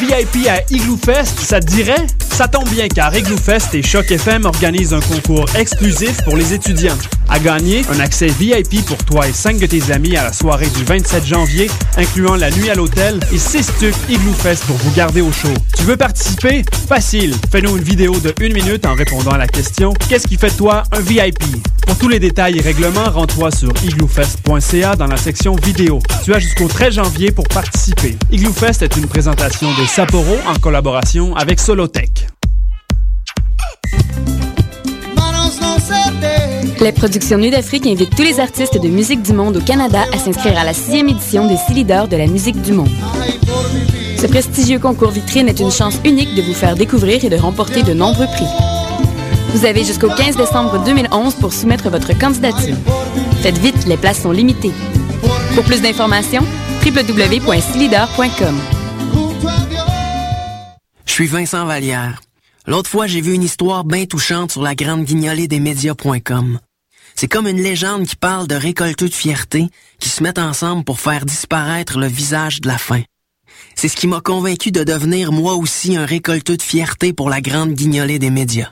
VIP à Igloo Fest, ça te dirait? Ça tombe bien car Igloo Fest et Choc FM organisent un concours exclusif pour les étudiants. À gagner, un accès VIP pour toi et 5 de tes amis à la soirée du 27 janvier, incluant la nuit à l'hôtel et 6 tubes Igloo Fest pour vous garder au chaud. Tu veux participer? Facile! Fais-nous une vidéo de 1 minute en répondant à la question « Qu'est-ce qui fait de toi un VIP? » Pour tous les détails et règlements, rends-toi sur igloofest.ca dans la section vidéo. Tu as jusqu'au 13 janvier pour participer. Igloo Fest est une présentation de Sapporo en collaboration avec Solotech. Les productions Nuit d'Afrique invitent tous les artistes de musique du monde au Canada à s'inscrire à la sixième édition des six leaders de la musique du monde. Ce prestigieux concours vitrine est une chance unique de vous faire découvrir et de remporter de nombreux prix. Vous avez jusqu'au 15 décembre 2011 pour soumettre votre candidature. Faites vite, les places sont limitées. Pour plus d'informations, www.silidor.com. Je suis Vincent Vallière. L'autre fois, j'ai vu une histoire bien touchante sur la grande guignolée des médias.com. C'est comme une légende qui parle de récolteux de fierté qui se mettent ensemble pour faire disparaître le visage de la faim. C'est ce qui m'a convaincu de devenir moi aussi un récolteux de fierté pour la grande guignolée des médias.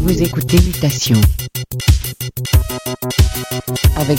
Vous écoutez Mutation. Avec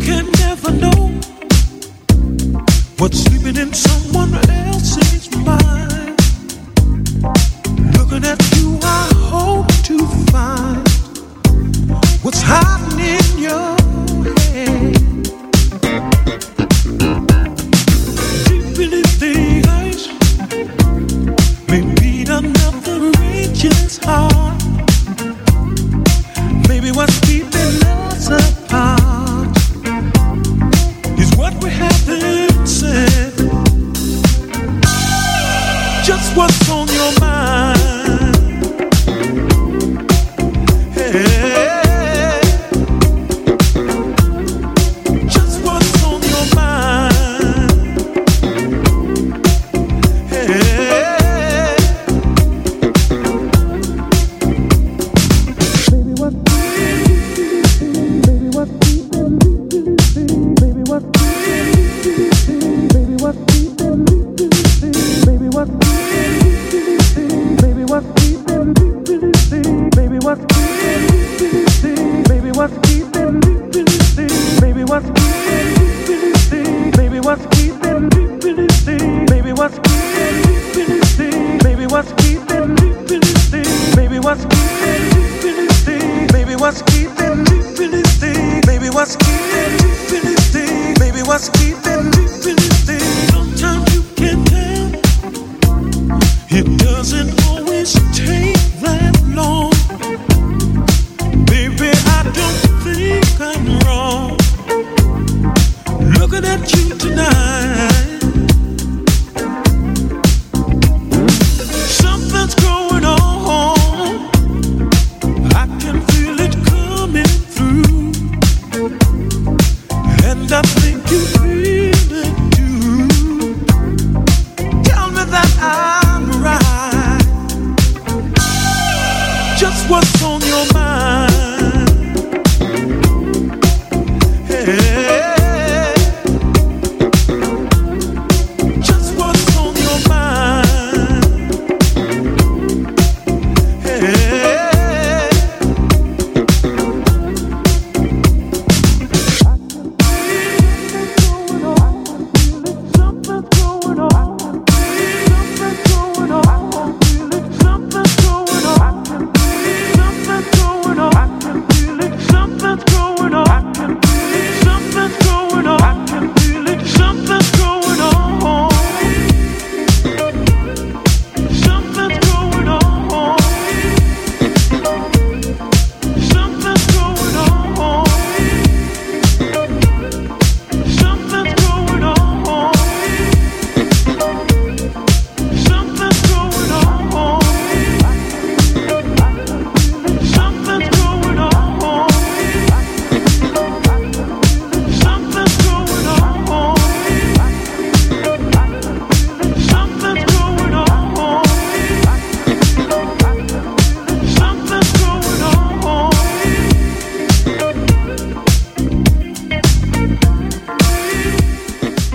can never know what's sleeping in someone else's mind. Looking at you, I hope to find what's hiding in your head. Deep beneath the ice, maybe another reaches heart. Maybe what's keeping us apart is what we haven't said. Just what's on your mind? Hey.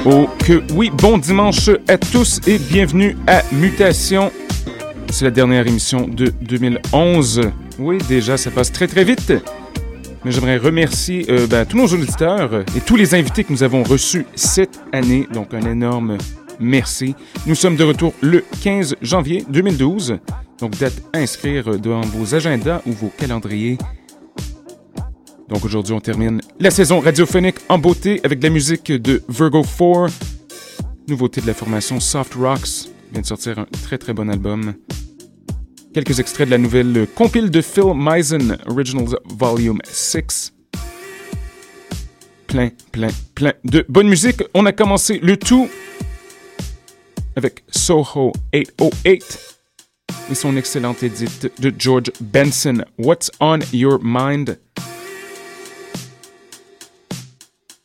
Oh, oui, bon dimanche à tous et bienvenue à Mutation. C'est la dernière émission de 2011. Oui, déjà, ça passe très très vite. Mais j'aimerais remercier euh, ben, tous nos auditeurs et tous les invités que nous avons reçus cette année. Donc un énorme merci. Nous sommes de retour le 15 janvier 2012. Donc date à inscrire dans vos agendas ou vos calendriers. Donc aujourd'hui, on termine la saison radiophonique en beauté avec de la musique de Virgo 4. Nouveauté de la formation Soft Rocks. Vient de sortir un très très bon album. Quelques extraits de la nouvelle compile de Phil Meisen, Originals Volume 6. Plein, plein, plein de bonne musique. On a commencé le tout avec Soho 808 et son excellente édite de George Benson, What's on Your Mind?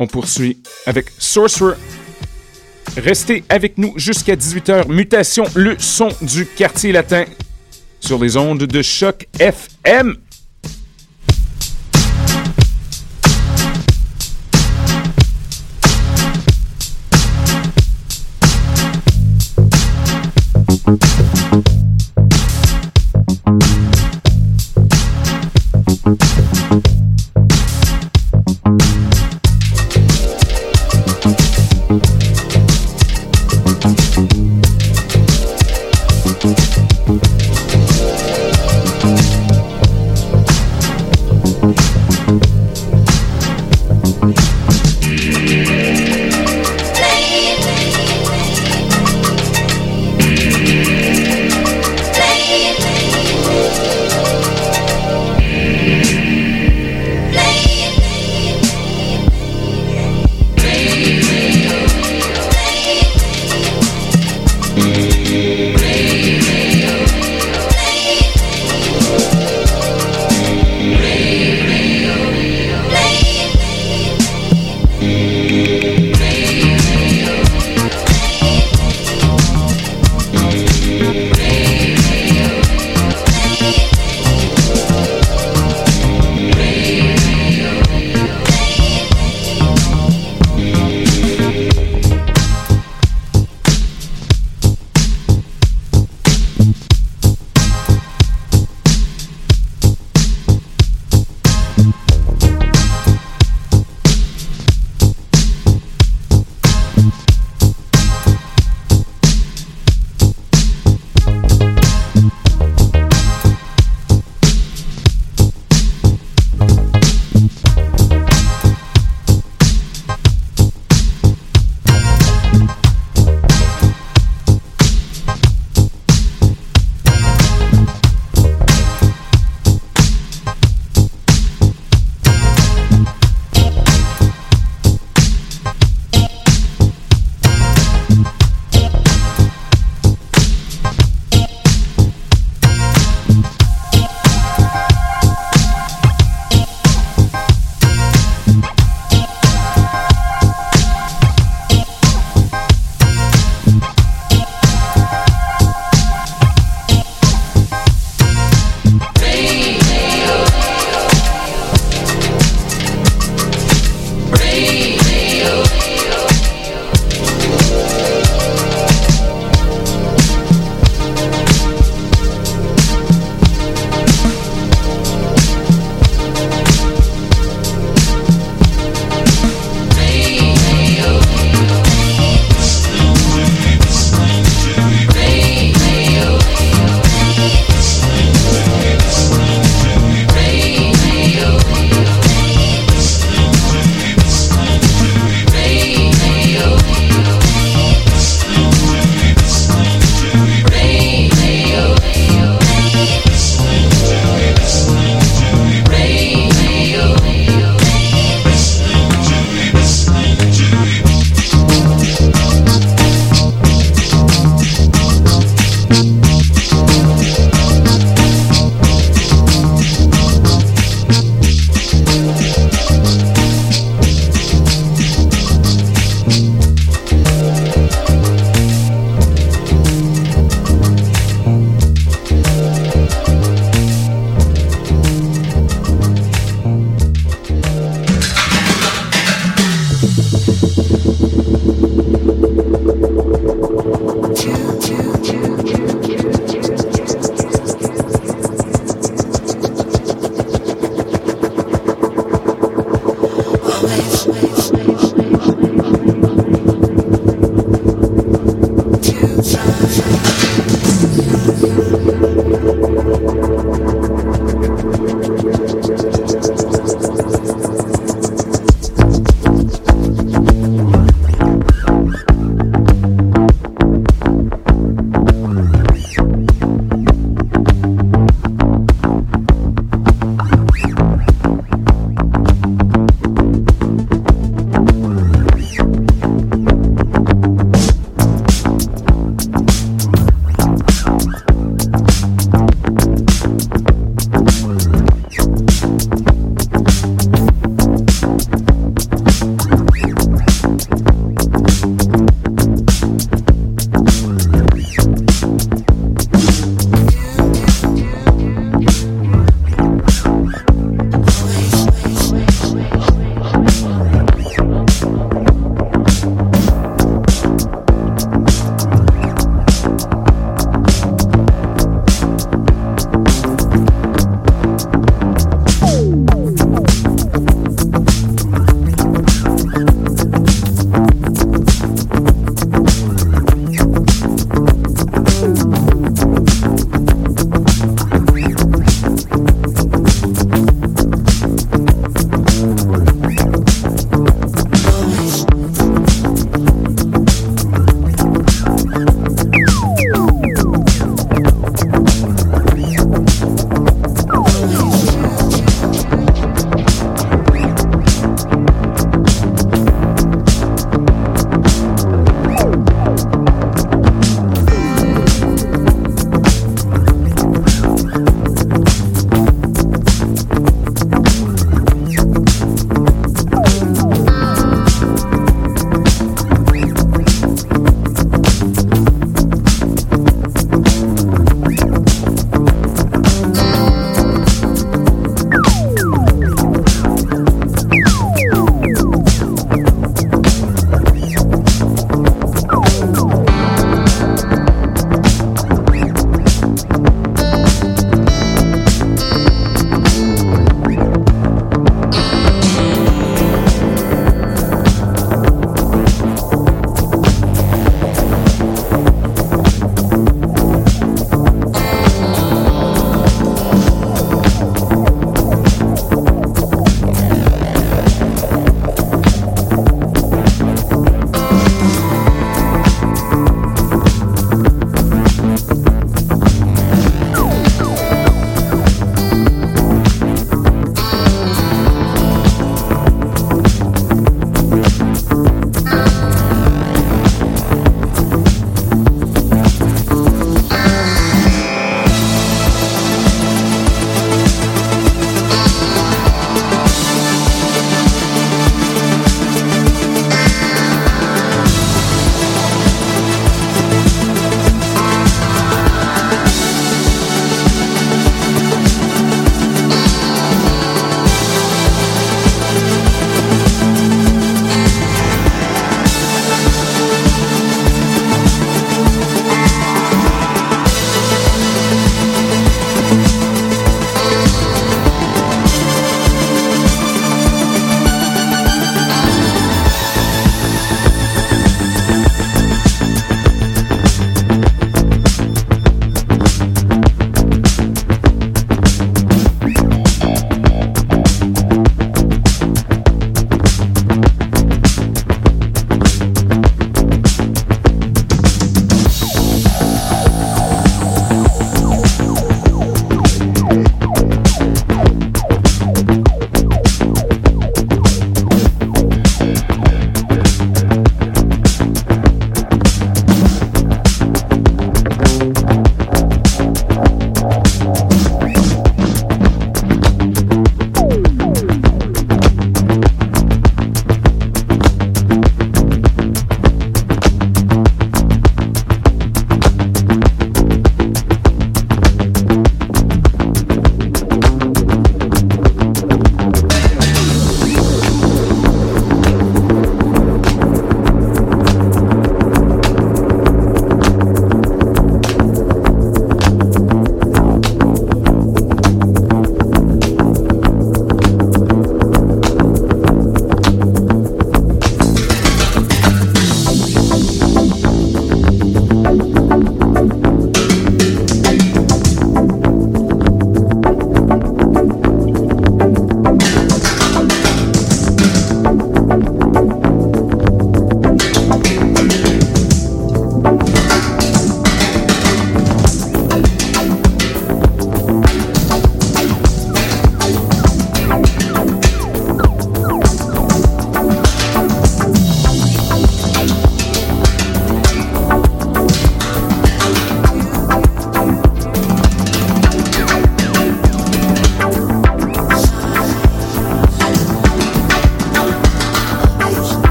On poursuit avec Sorcerer. Restez avec nous jusqu'à 18h. Mutation, le son du quartier latin sur les ondes de choc FM.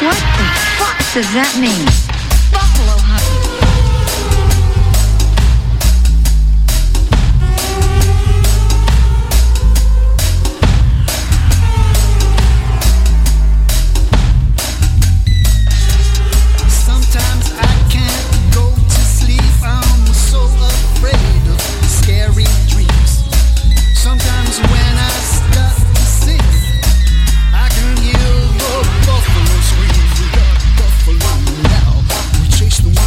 What the fuck does that mean? Buffalo hunting. Sometimes I can't go to sleep. I'm so afraid of scary dreams. Sometimes when I start to sing, I can hear the buffalo scream. We got buffalo now.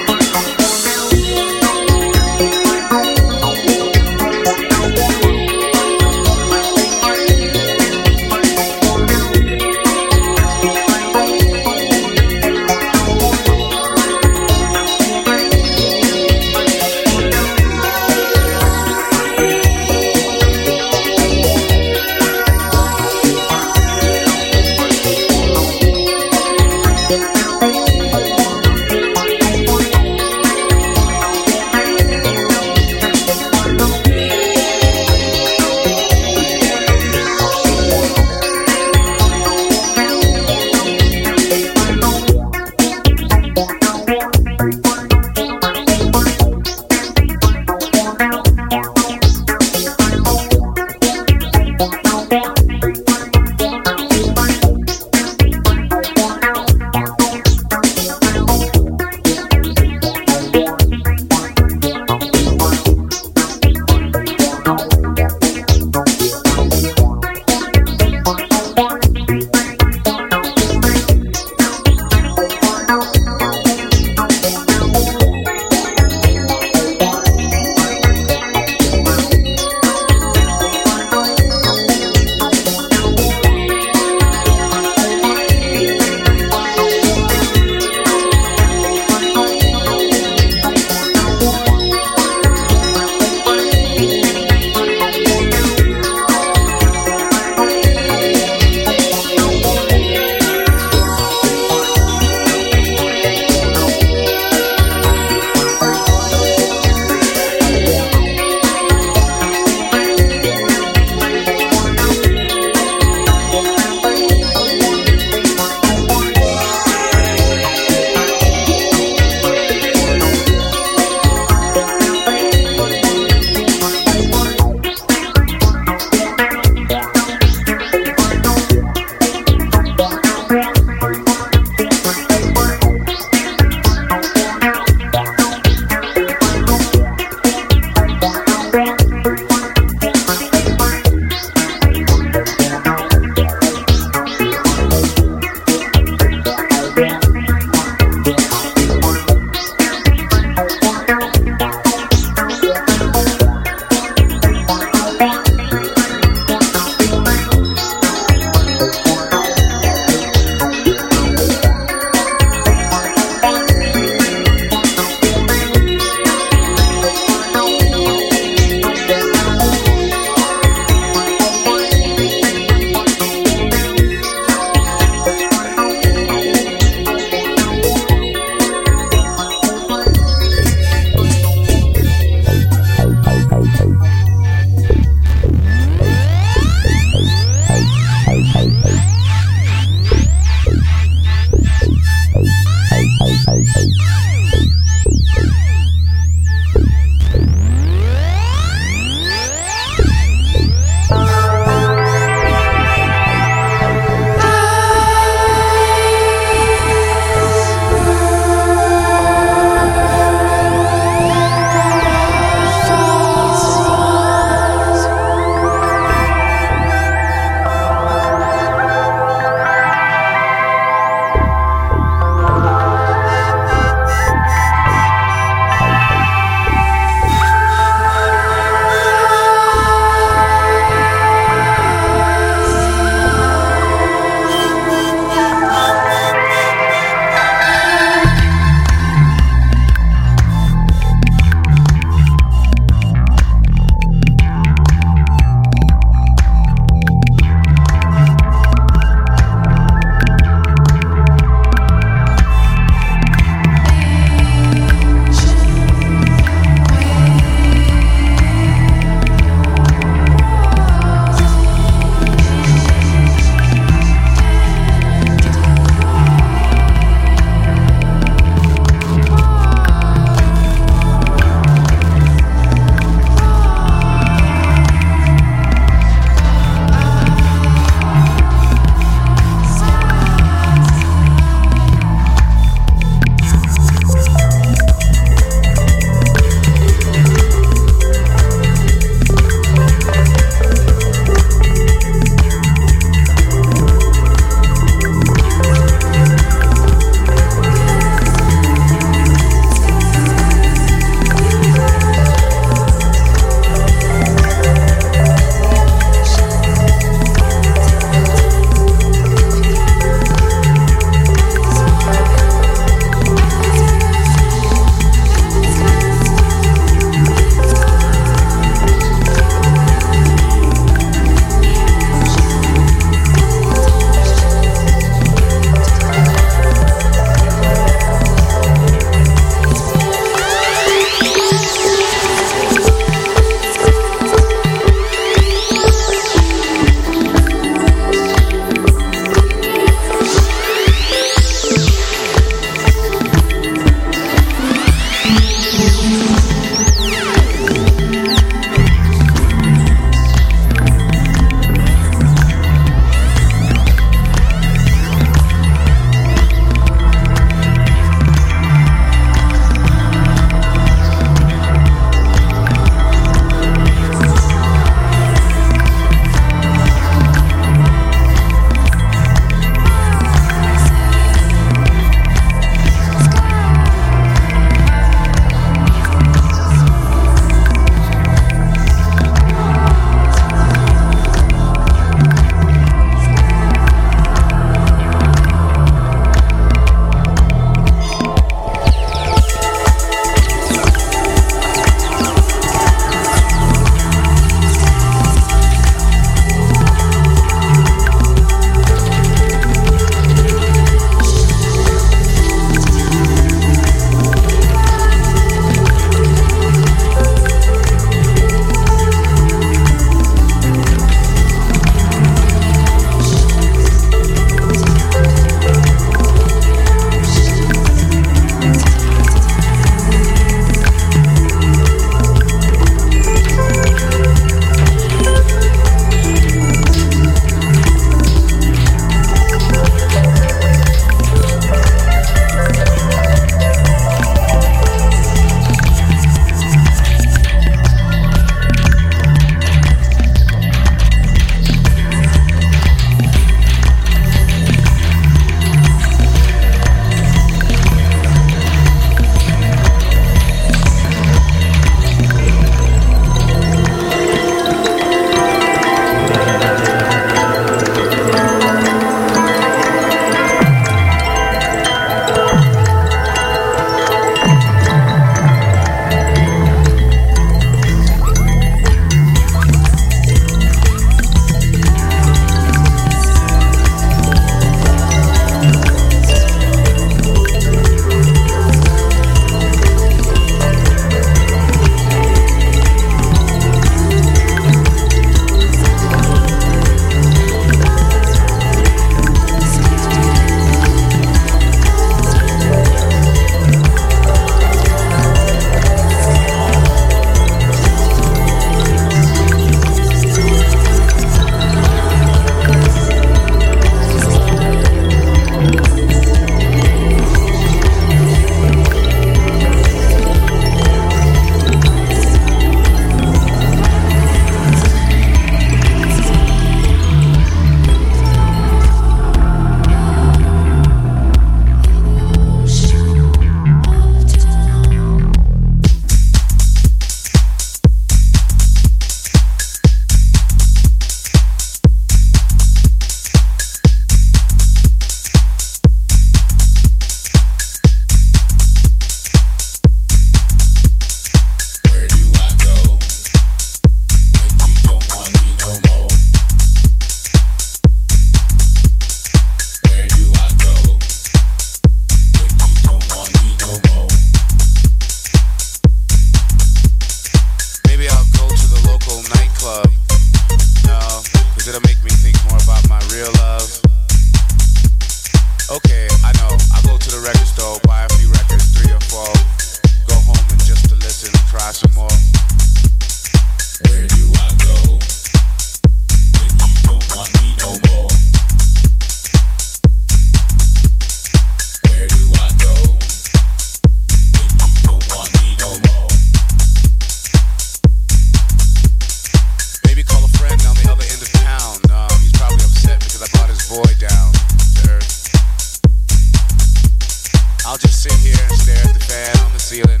Um, fan on the ceiling.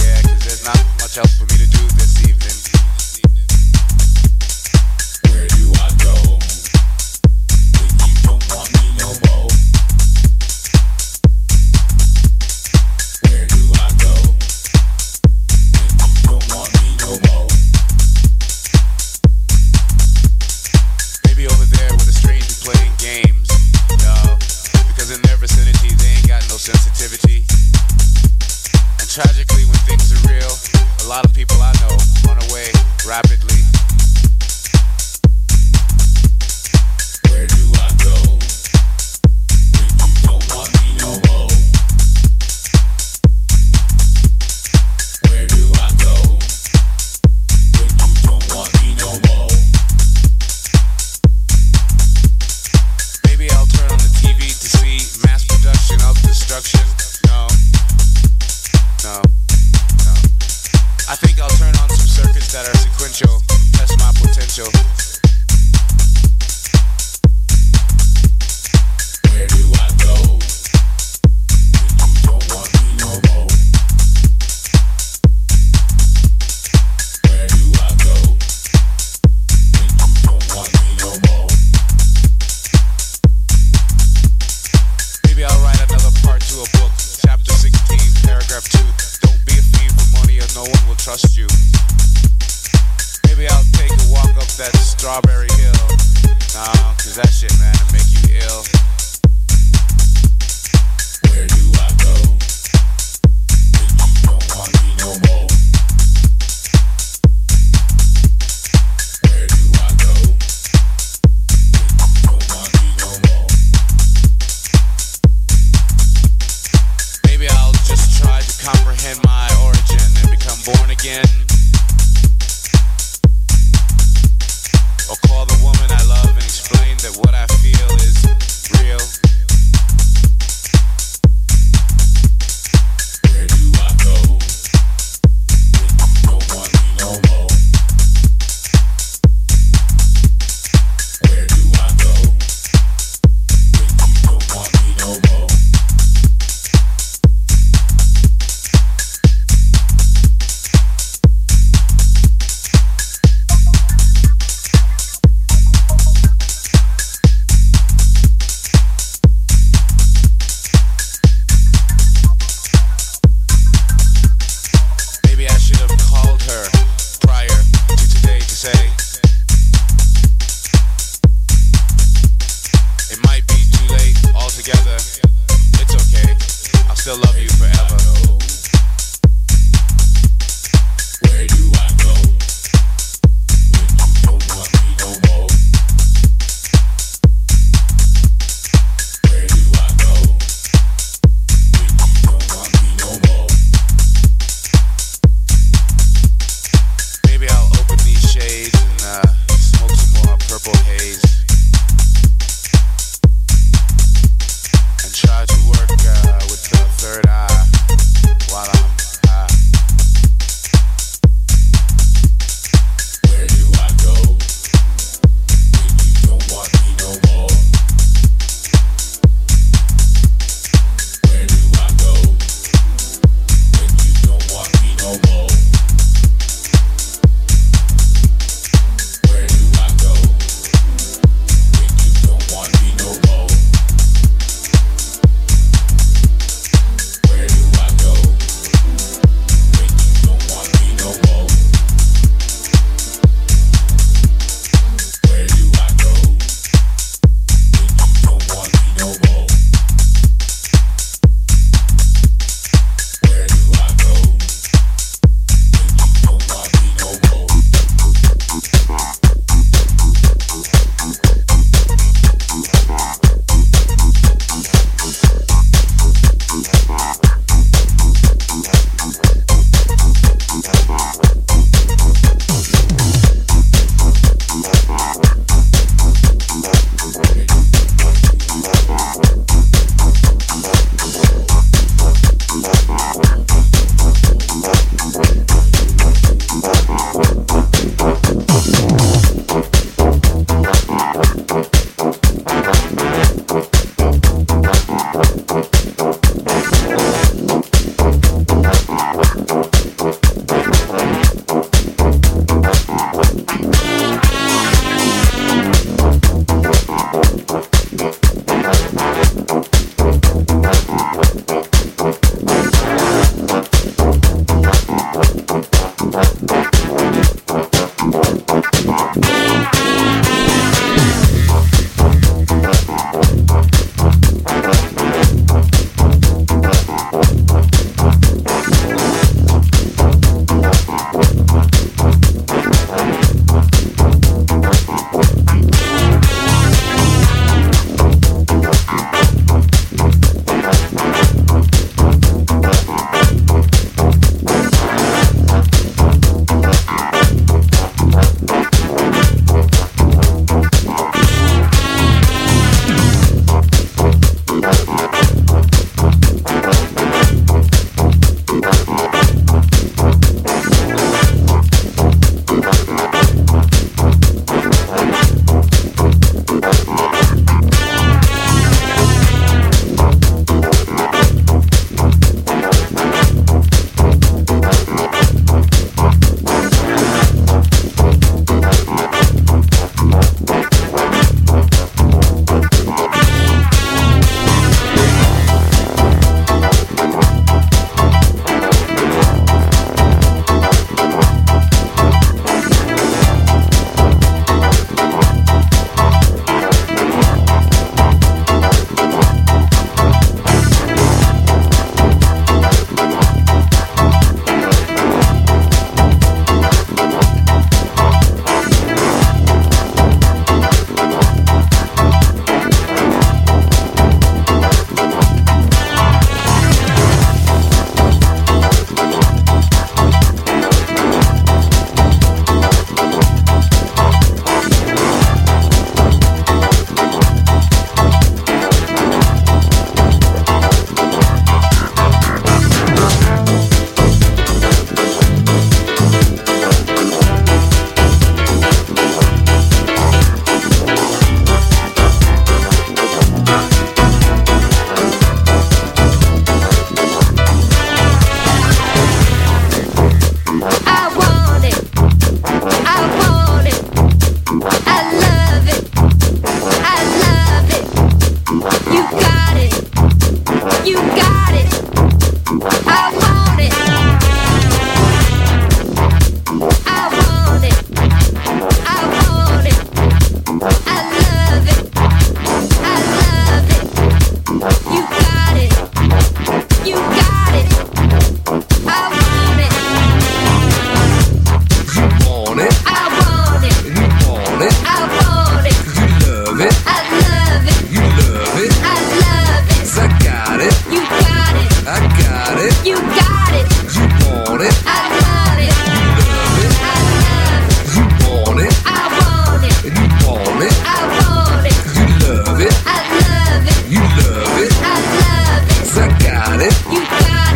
Yeah, cause there's not much else for me to do this evening. Where do I go? When you don't want me no more. Where do I go? When you don't want me no more. Maybe over there with the stranger playing games. No, because in their vicinity they ain't got no sensitivity. And tragically, when things are real, a lot of people I know run away rapidly. Where do I go? When you don't want me no more. Where do I go? When you don't want me no more. Maybe I'll turn on the TV to see mass production of destruction. No. No. No. I think I'll turn on some circuits that are sequential. Test my potential. Where do I go? When you don't want me no more. Where do I go? When you don't want me no more. Maybe I'll write another part to a book, chapter 16, paragraph 2. Don't be a fiend for money or no one will trust you. Maybe I'll take a walk up that strawberry hill. Nah, cause that shit, man, will make you ill. Where do I go? When you don't want me no more. Where do I go? When you don't want me no more. Maybe I'll just try to comprehend my origin and become born again. Or call the woman I love and explain that what I feel is real. Where do I go? When you don't want me no more. Where do I go? When you don't want me no more. uh, uh,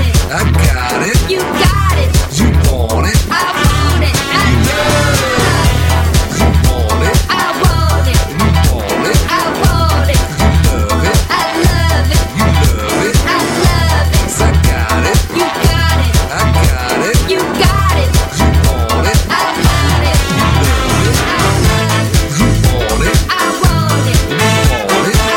You got it. You want it. I want it. I want it. I want it. I want it. I love it. I love it. You got it. You got it. I want it. I want it.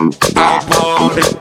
uh, I want it.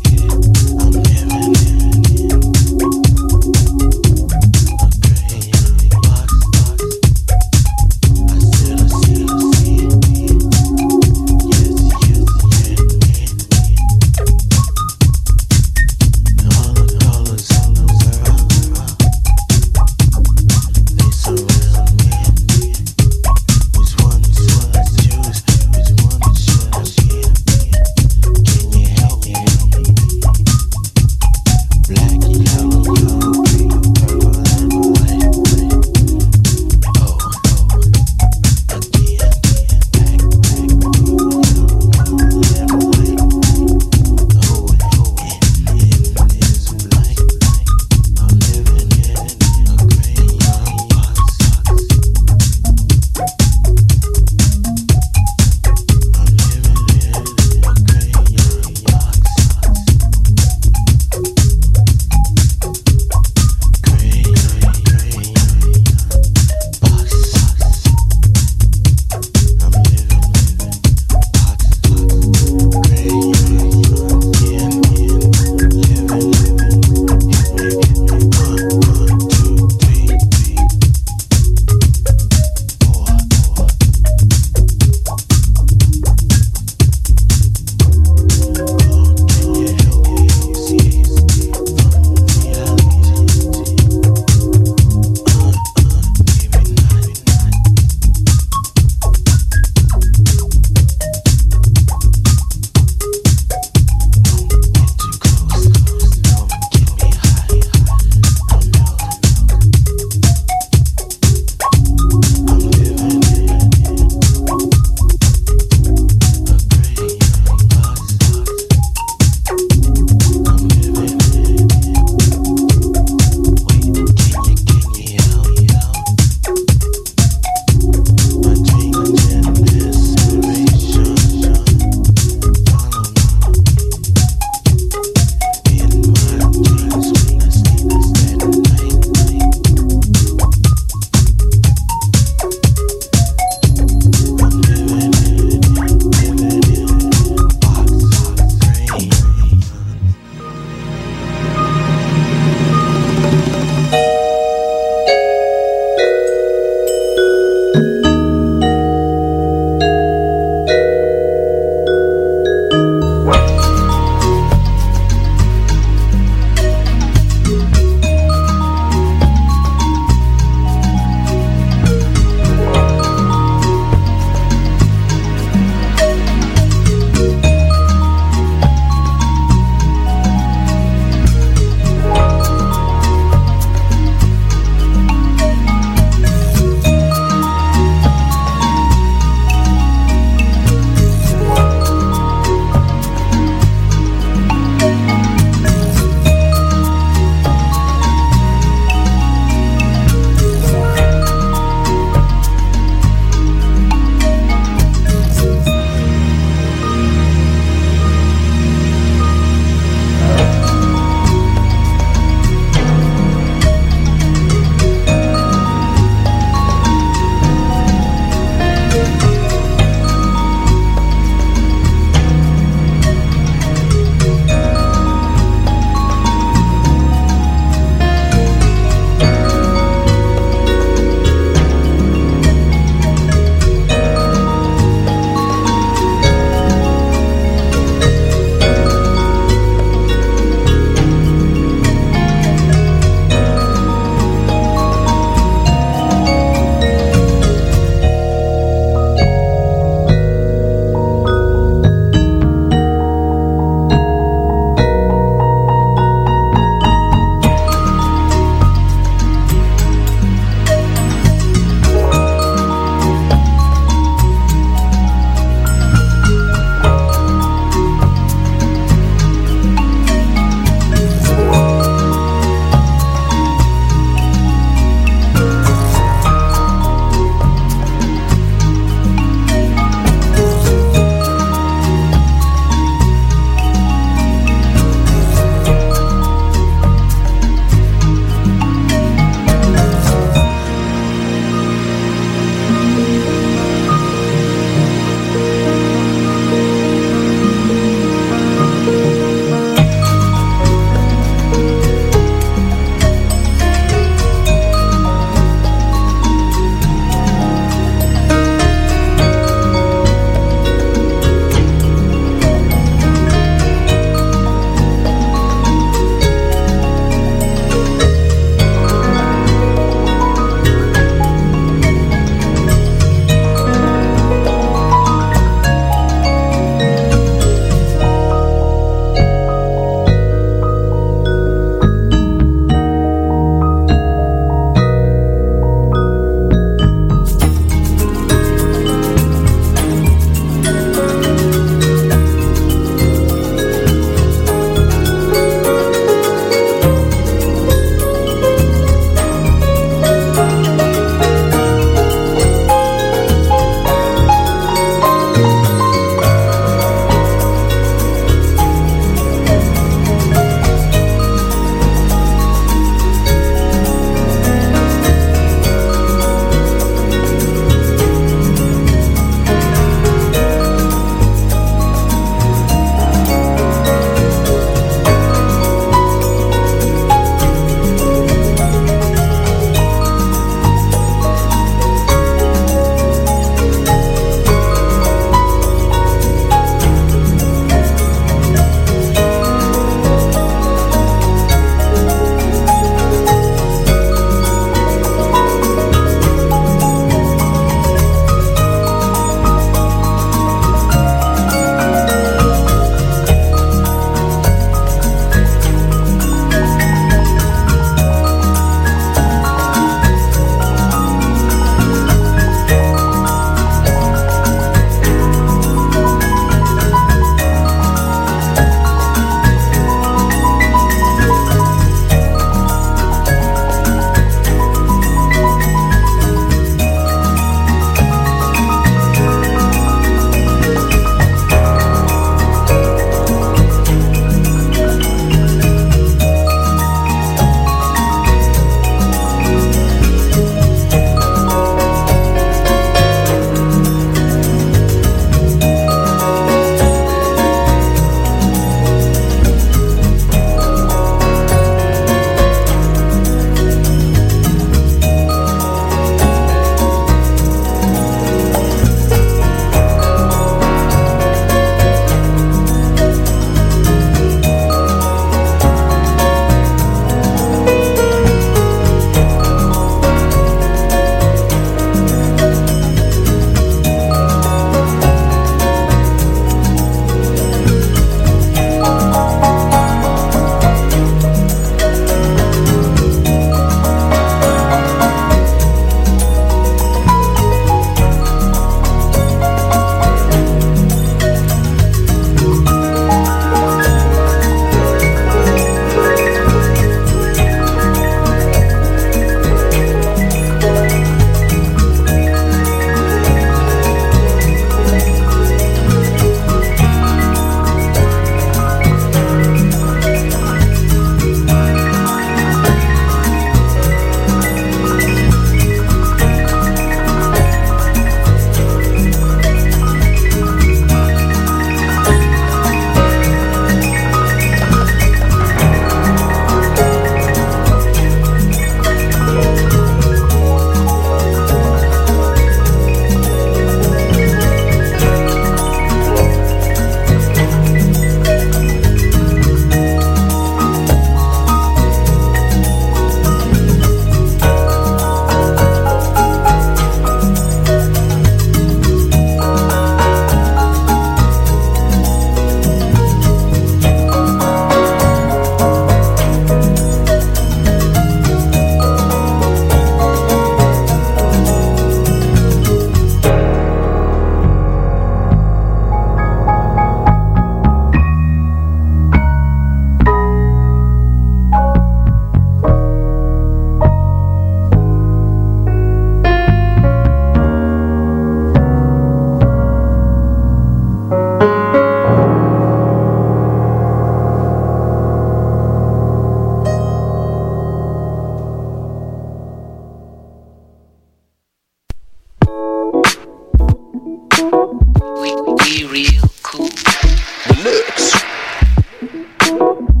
Thank you.